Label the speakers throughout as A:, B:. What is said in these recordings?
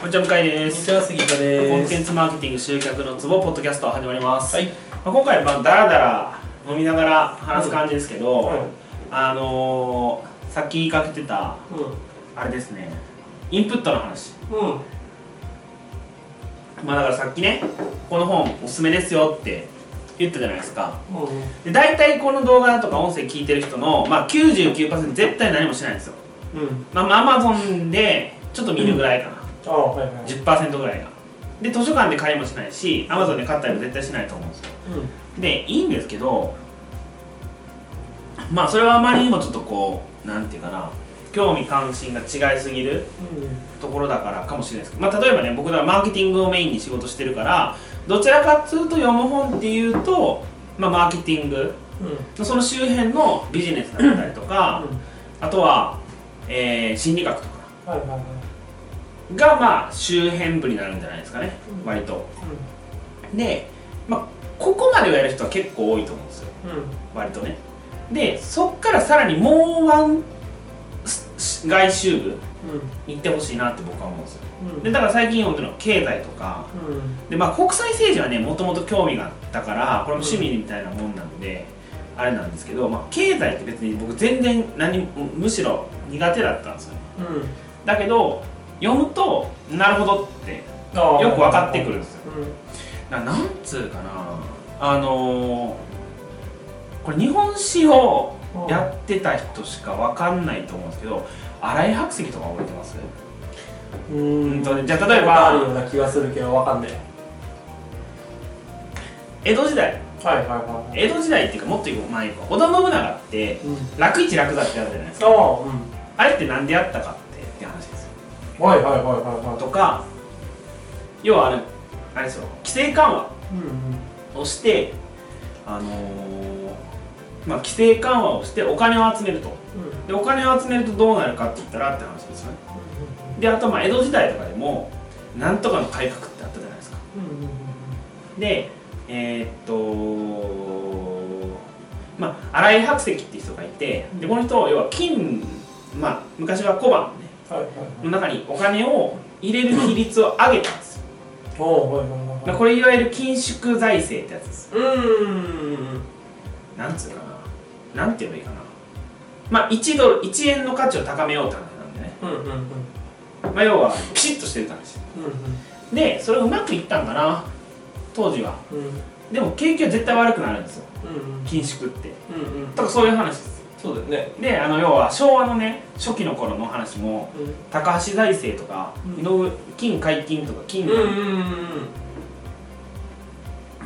A: こんにちは向井です
B: じゃあ杉田で
A: コ
B: す
A: ンテンツマーケティング集客のツボポッドキャスト始まります、
B: はい
A: まあ、今回まあダラダラ飲みながら話す感じですけど、
B: はい
A: あのー、さっき言いかけてたあれですねインプットの話
B: うんうん
A: まあだからさっきねこの本おすすめですよって言ったじゃないですか
B: う
A: で
B: ん
A: 大体この動画とか音声聞いてる人の、まあ、99%絶対何もしないんですよ
B: うん
A: まあアマゾンでちょっと見るぐらいかな、
B: ああはいはい
A: 10%ぐらいがで図書館で買いもしないし Amazon で買ったりも絶対しないと思うんですよでいいんですけどまあそれはあまりにもちょっとこうなんていうかな興味関心が違いすぎるところだからかもしれないですけど、まあ、例えばね僕らマーケティングをメインに仕事してるからどちらかっつうと読む本っていうと、まあ、マーケティング
B: うんうん
A: のその周辺のビジネスだったりとかあとは、えー心理学とか
B: はいはいはい
A: がまあ周辺部になるんじゃないですかね割と。で、まあ、ここまでをやる人は結構多いと思うんですよ
B: うんうん
A: 割とねでそっからさらにもうワンす外周部に行ってほしいなって僕は思うんですよ
B: うん
A: でだから最近読んでるのは経済とか
B: うん
A: で、まあ、国際政治はねもともと興味があったからこれも趣味みたいなもんなんで、あれなんですけど、まあ、経済って別に僕全然何もむしろ苦手だったんですよね
B: うん
A: だけど読むとなるほどって
B: ああ
A: よく分かってくるんですよ
B: う
A: ななんつうかなあのーこれ日本史を
B: ん
A: やってた人しかわかんないと思うんですけど新井白石とか覚えてます
B: う
A: うん
B: ん
A: とねじゃあ例え
B: あるよ
A: ば
B: うな気がするけどわかんない
A: 江戸時代
B: はいはいはい
A: 江戸時代っていうかもっと言う前か織田信長って
B: うん
A: 楽市楽座ってやるじゃないですか
B: ああうん
A: あれってなんでやったかってって話ですよ
B: はいはいはいはいは
A: とか要はあれあれですよ規制緩和
B: いうん
A: をしてあのーまあ規制緩和をしてお金を集めると
B: うんうん
A: でお金を集めるとどうなるかって言ったらって話ですよねであとまあ江戸時代とかでもなんとかの改革ってあったじゃないですか
B: うんうん
A: でえーっとまあ新井白石っていう人がいてでこの人要は金まあ昔は小判、ね、
B: はいはい
A: の中にお金を入れる比率を上げたんですよ
B: ああはいはい
A: まあ
B: はい
A: これいわゆる緊縮財政ってやつです
B: うん
A: なんつうかななんて言えばいいかなまあ1ドル1円の価値を高めようって話なんでね、
B: うんうんうん
A: まあ、要はピシッとしてるって話
B: う
A: でそれうまくいったんかな当時は
B: んうんうん
A: でも景気は絶対悪くなるんですよ
B: うん
A: 緊縮って
B: うんうん
A: とかそういう話です
B: そうだよね
A: であの要は昭和のね初期の頃の話も
B: う
A: 高橋財政とか、
B: うん
A: 井上金解禁とか金
B: んうん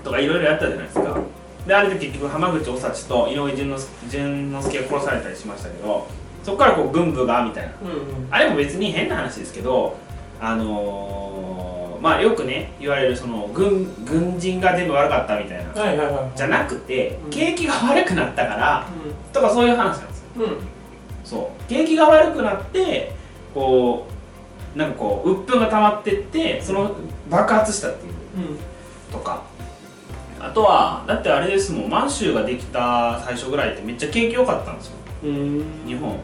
A: とかいろいろやったじゃないですかであれで結局浜口おさちと井上淳之介淳之介が殺されたりしましたけどそこからこう軍部がみたいな
B: うんうん
A: あれも別に変な話ですけどあのーまあよくね言われるその軍軍人が全部悪かったみたいな
B: はいはいはい
A: じゃなくて、
B: うん
A: 景気が悪くなったからとかそういう話なんですよ
B: うんうん
A: そう景気が悪くなってこうなんかこう鬱憤が溜まってってその爆発したっていう
B: うん
A: とかあとはだってあれですもん満州ができた最初ぐらいってめっちゃ景気良かったんですよ
B: うん
A: 日本
B: うん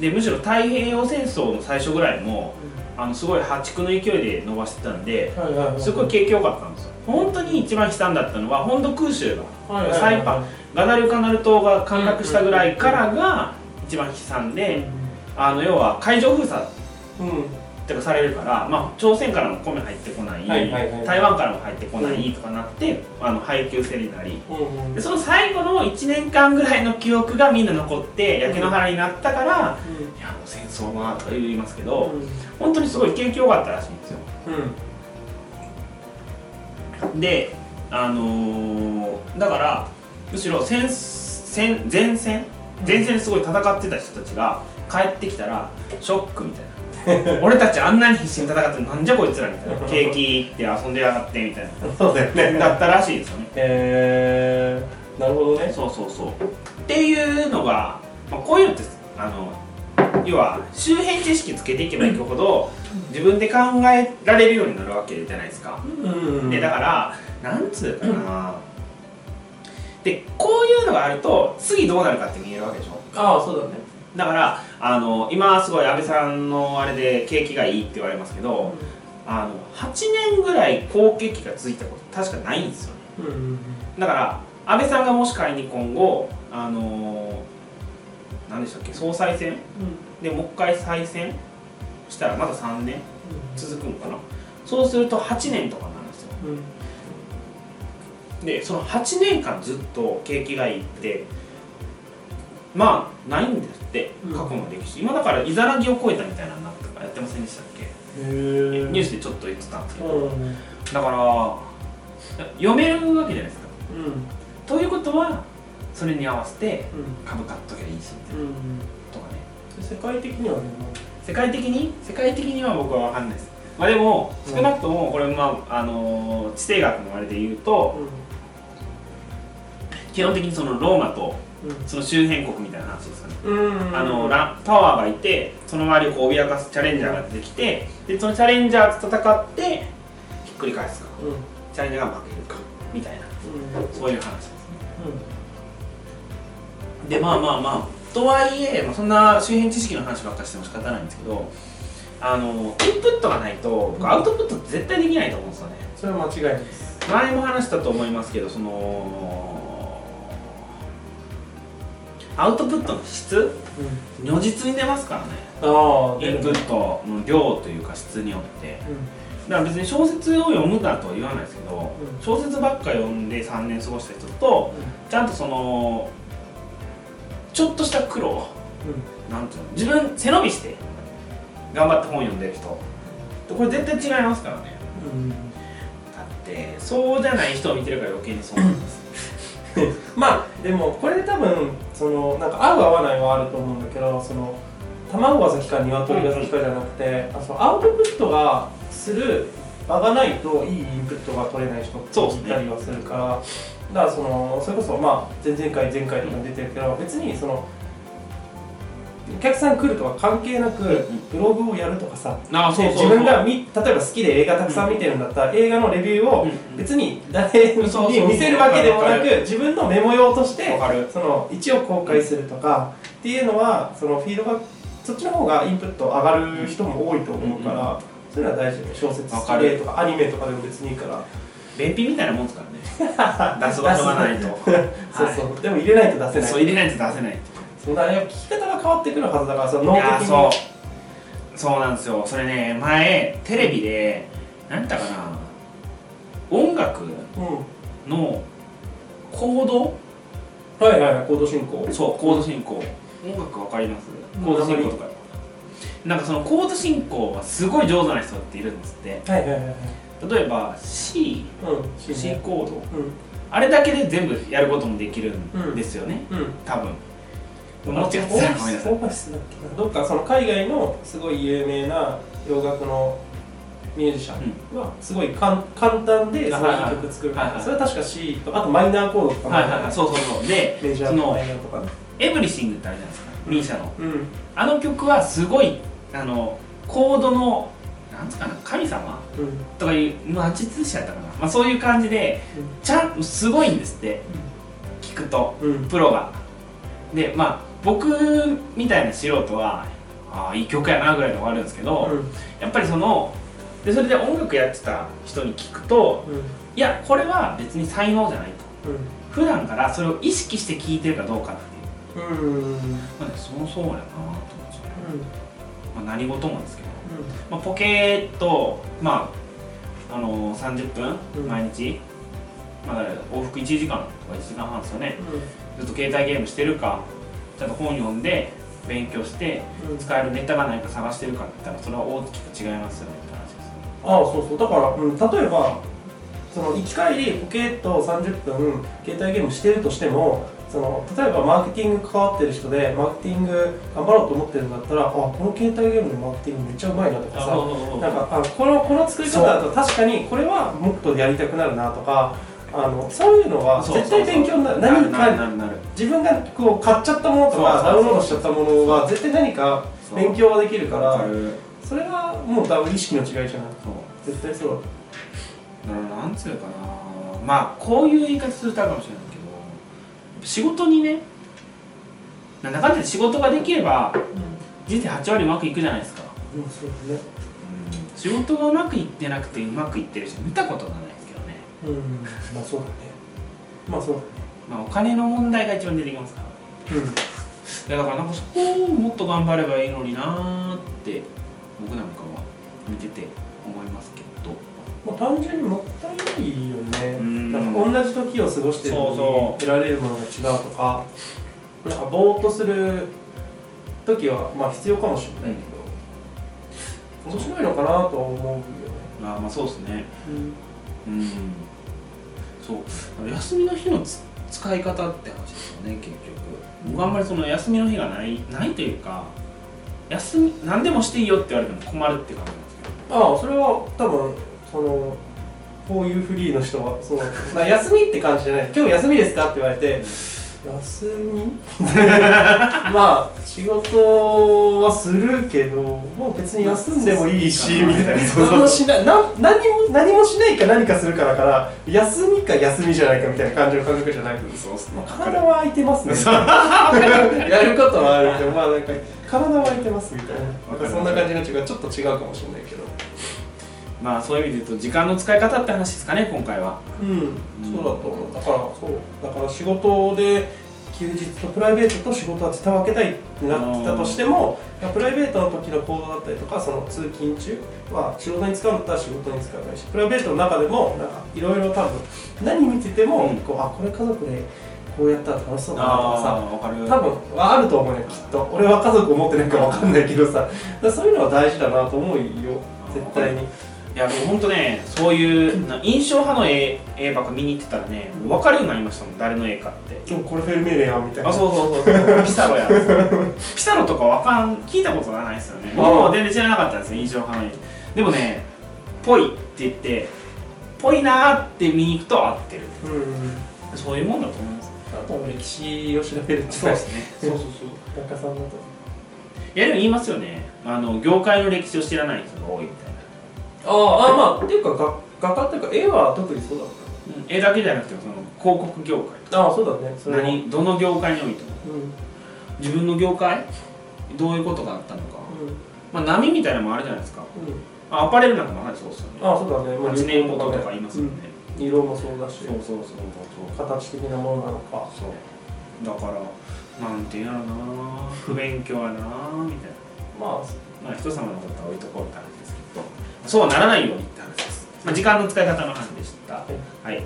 A: でむしろ太平洋戦争の最初ぐらいもあのすごい破竹の勢いで伸ばしてたんで
B: はいはいはい
A: すごい景気良かったんですよ本当に一番悲惨だったのは本土空襲が
B: はいはいはい
A: サイパンガダルカナル島が陥落したぐらいからが一番悲惨であの要は海上封鎖
B: うん
A: ってかされるから、まあ、朝鮮からも米入ってこない,、
B: はいはいはい
A: 台湾からも入ってこないとかなってあの配給制になり
B: うんうん
A: でその最後の1年間ぐらいの記憶がみんな残って焼け野原になったから、いやもう戦争はとか言いますけど本当にすごい景気良かったらしいんですよ
B: うん
A: であのーだからむしろ戦戦前線前線ですごい戦ってた人たちが帰ってきたらショックみたいな俺たちあんなに必死に戦ってなんじゃこいつらみたいな景気って遊んでやがってみたい
B: そうだよ
A: なだったらしいですよね
B: へえなるほどね
A: そうそうそうっていうのが、まあ、こういうのってあの要は周辺知識つけていけばいくほど自分で考えられるようになるわけじゃないですか
B: うん
A: でだからなんつうかな、でこういうのがあると次どうなるかって見えるわけでしょ
B: ああそうだね
A: だからあの今すごい安倍さんのあれで景気がいいって言われますけど、あの8年ぐらい好景気が続いたこと確かないんですよね
B: うんうん
A: だから安倍さんがもし仮に今後あの何でしたっけ総裁選でもう一回再選したらまだ3年続くのかなそうすると8年とかなんですよ
B: うんうん
A: でその8年間ずっと景気がいいってまあないんですって
B: うん
A: 過去の歴史、今だからイザナギを超えたみたいなのになったからやってませんでしたっけ
B: へー
A: ニュースでちょっと言ってたんですけ
B: う
A: ど、
B: ん
A: だから読めるわけじゃないですか
B: うん
A: ということはそれに合わせて
B: うん
A: 株買っときゃいいしみたい
B: うん
A: なとかね
B: 世界的にはねも
A: 世界的に世界的には僕は分かんないですまあでも少なくともこれまああのー地政学のあれで言うと
B: う
A: 基本的にそのローマと
B: う
A: その周辺国みたいな話ですよね
B: んうんうん
A: あのラパワーがいてその周りをこう脅かすチャレンジャーが出てきてでそのチャレンジャーと戦ってひっくり返すか
B: うんうん
A: チャレンジャーが負けるかみたいなそういう話ですねでまあまあまあとはいえ、まあ、そんな周辺知識の話ばっかりしても仕方ないんですけどあのインプットがないと僕アウトプットって絶対できないと思うんですよね
B: それは間違いないです
A: 前も話したと思いますけどそのアウトプットの質如実に出ますからね
B: ああ
A: インプットの量というか質によって
B: う
A: だから別に小説を読むだとは言わないですけど、
B: うん
A: 小説ばっか読んで3年過ごした人とちゃんとそのちょっとした苦労
B: んうん
A: なんていうの自分背伸びして頑張って本読んでる人とこれ絶対違いますからねだってそうじゃない人を見てるから余計にそうなん です
B: まあでもこれ多分そのなんか合う合わないはあると思うんだけどその卵が先か鶏が先かじゃなくて、あそのアウトプットがする場がないといいインプットが取れない人
A: そうで
B: っ
A: す
B: てい
A: ね
B: たりはするからだからそのそれこそまあ前々回前回とかに出てるけど別にそのお客さん来るとか関係なく
A: ん
B: ブログをやるとかさ
A: あ
B: で自分がみ例えば好きで映画たくさん見てるんだったら、映画のレビューを
A: うん
B: 別に誰に
A: そうそう
B: 見せるわけでもな
A: わかるわか
B: く自分のメモ用として
A: わかる
B: その一応公開するとかっていうのはそのフィードバックそっちの方がインプット上がる人も多いと思うから、そういうのは大事だよね小説
A: わ
B: 好
A: か
B: き
A: る
B: でとかアニメとかでも別にいいから
A: 便秘みたいなもんですから ね出す場所がないと
B: そうそう、でも入れないと出せ
A: そう
B: ない
A: 入れないと出せない
B: そうだね聞き方が変わってくるはずだからその
A: い
B: 脳的
A: やー
B: に
A: そうそうなんですよそれね前テレビで何だかな音楽
B: う
A: のコード
B: ん、はいはいはい行動進行
A: そうコード進行音楽わかります
B: うん
A: コード進行とかなんかそのコード進行はすごい上手な人っているんですって
B: はいはいはいはい
A: 例えば C,
B: うん進
A: C
B: 行
A: コード
B: う
A: あれだけで全部やることもできるんですよね、
B: んうん
A: 多分
B: オ
A: も
B: ー
A: っと
B: シ
A: やっ
B: スオ
A: てたらごめんなさい
B: ーシスだっけなどっかその海外のすごい有名な洋楽のミュージシャンはすごいかん簡単でそのいい曲作る
A: はいはい
B: それは確か C とかあとマイナーコードとかも
A: はいはいはいそうそうそうで
B: メジャ
A: そ
B: ーと
A: の
B: マイナーとかね
A: 「エブリシング」ってあるじゃないですか MISIA の
B: うん
A: あの曲はすごいあのコードのなんつうかな神様
B: うん
A: とかいう魔術師やったかな、まあ、そういう感じでちゃんすごいんですって聞くと
B: うんうん
A: プロがでまあ僕みたいな素人はああいい曲やなぐらいで終わるんですけど、やっぱりそのでそれで音楽やってた人に聞くと
B: うん
A: いやこれは別に才能じゃないと
B: うん
A: 普段からそれを意識して聴いてるかどうかっていう
B: うんうん
A: まあねそもそうやなと思うんですよね、まあ、何事もですけどまあ、ポケーと、まああのー、30分、
B: うん
A: 毎日、まあ、往復1時間とか1時間半ですよねずっと携帯ゲームしてるかちゃんと本読んで勉強して
B: うん
A: 使えるネタがないか探してるかって言ったらそれは大きく違いますよねって話ですね
B: ああそうそうだから、うん、例えばその1回でポケットを30分携帯ゲームしてるとしてもその例えばマーケティング関わってる人でマーケティング頑張ろうと思ってるんだったらあこの携帯ゲームのマーケティングめっちゃうまいなとかさなんかあこのこの作り方だと確かにこれはもっとやりたくなるなとかあのそういうのは
A: そう
B: 絶対勉強になる何
A: なる
B: か
A: なるなる
B: 自分がこう買っちゃったもの
A: そうそうそ
B: とか
A: う
B: ダウンロードしちゃったものは絶対何か
A: そう
B: 勉強はできるか
A: わからる
B: それはもう多分意識の違いじゃない
A: そう
B: 絶対そうだ
A: だからなんつうかなまあこういう言い方するとあるかもしれないけど仕事にねなんだかんだで仕事ができれば
B: う
A: 人生8割うまくいくじゃないですか
B: ん、うん、そうだね
A: 仕事がうまくいってなくてうまくいってる人見たことがないですけどね、
B: うんまあそうだねまあそうだね
A: まあ、お金の問題が一番出てきますからね
B: うん
A: いやだからなんかそこをもっと頑張ればいいのになーって僕なんかは見てて思いますけど
B: もう単純にもったいないよね、
A: うん
B: なんか同じ時を過ごしてる
A: そう
B: の
A: そ
B: に得られるものが違うとかなんかぼーっとする時はまあ必要かもしれないけど、面白いのかなとは思うよね、
A: まあまあそうですねうんそう休みの日のつ使い方って話ですよね結局僕あんまりその休みの日がないないというか休み何でもしていいよって言われても困るって感じなんですけど
B: ああそれは多分そのこういうフリーの人はそうまあ休みって感じじゃない今日休みですかって言われて休 みまあ仕事はするけどもう別に休んでもいいし
A: まあ
B: みたいな
A: そうそう
B: 何もしないな 何も何もしないか何かするかだから休みか休みじゃないかみたいな感じの感覚じゃない
A: そうっすね
B: まあ体は空いてますね やることはあるけどまあなんか体は空いてますみたいななんかそんな感じの違うちょっと違うかもしれないけど
A: まあそういう意味で言うと時間の使い方って話ですかね今回は
B: うん、そうだと思うだからそうだから仕事で休日とプライベートと仕事は手分けたいってなってたとしてもプライベートの時の行動だったりとかその通勤中は仕事に使うんだったら仕事に使えばいいしプライベートの中でもなんかいろいろ多分何見てても、
A: うん
B: こうあこれ家族でこうやったら楽しそうだなとかさ
A: あ分かる
B: 多分はあると思うよきっと俺は家族を持ってないから分かんないけどさだからそういうのは大事だなと思うよ絶対に
A: いやもうほんとねそういうな印象派の絵絵ばっか見に行ってたらね分かるようになりましたもん誰の絵かって
B: 今日これフェルメーレやんみたいな
A: あそうそうそう そうピサロやピサロとかわかん聞いたことがないですよね
B: あー
A: 僕も全然知らなかったんですね印象派の絵でもねぽいって言ってぽいなーって見に行くと合ってる
B: うん
A: そういうもんだと思います
B: あと歴史を調べるって
A: そうですねそうそうそう
B: 作家さんだと
A: いやでも言いますよねあの業界の歴史を知らない人が多いみたいな
B: ああまあっていうかが画家っていうか絵は特にそうだもんね
A: うん絵だけじゃなくてその広告業界
B: ああそうだねそれは
A: 何どの業界においても
B: うんうん
A: 自分の業界どういうことがあったのか、まあ、波みたいなのもあるじゃないですかあアパレルなんかもまさにそうですよね
B: ああそうだねまあ
A: 8年ごととか言いますよね、
B: うん色もそうだし
A: そうそうそうそう
B: 形的なものなのか
A: そうだからなんていうのな不勉強やなみたいな
B: ま
A: まあ人様のことは置いとこうって話ですけどそうならないようにって話です、まあ、時間の使い方の話でしたはいあり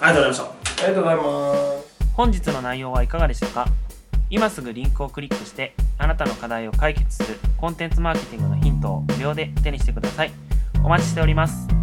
A: がとうございました
B: あありがとうございます
C: 本日の内容はいかがでしたか今すぐリンクをクリックしてあなたの課題を解決するコンテンツマーケティングのヒントを無料で手にしてくださいお待ちしております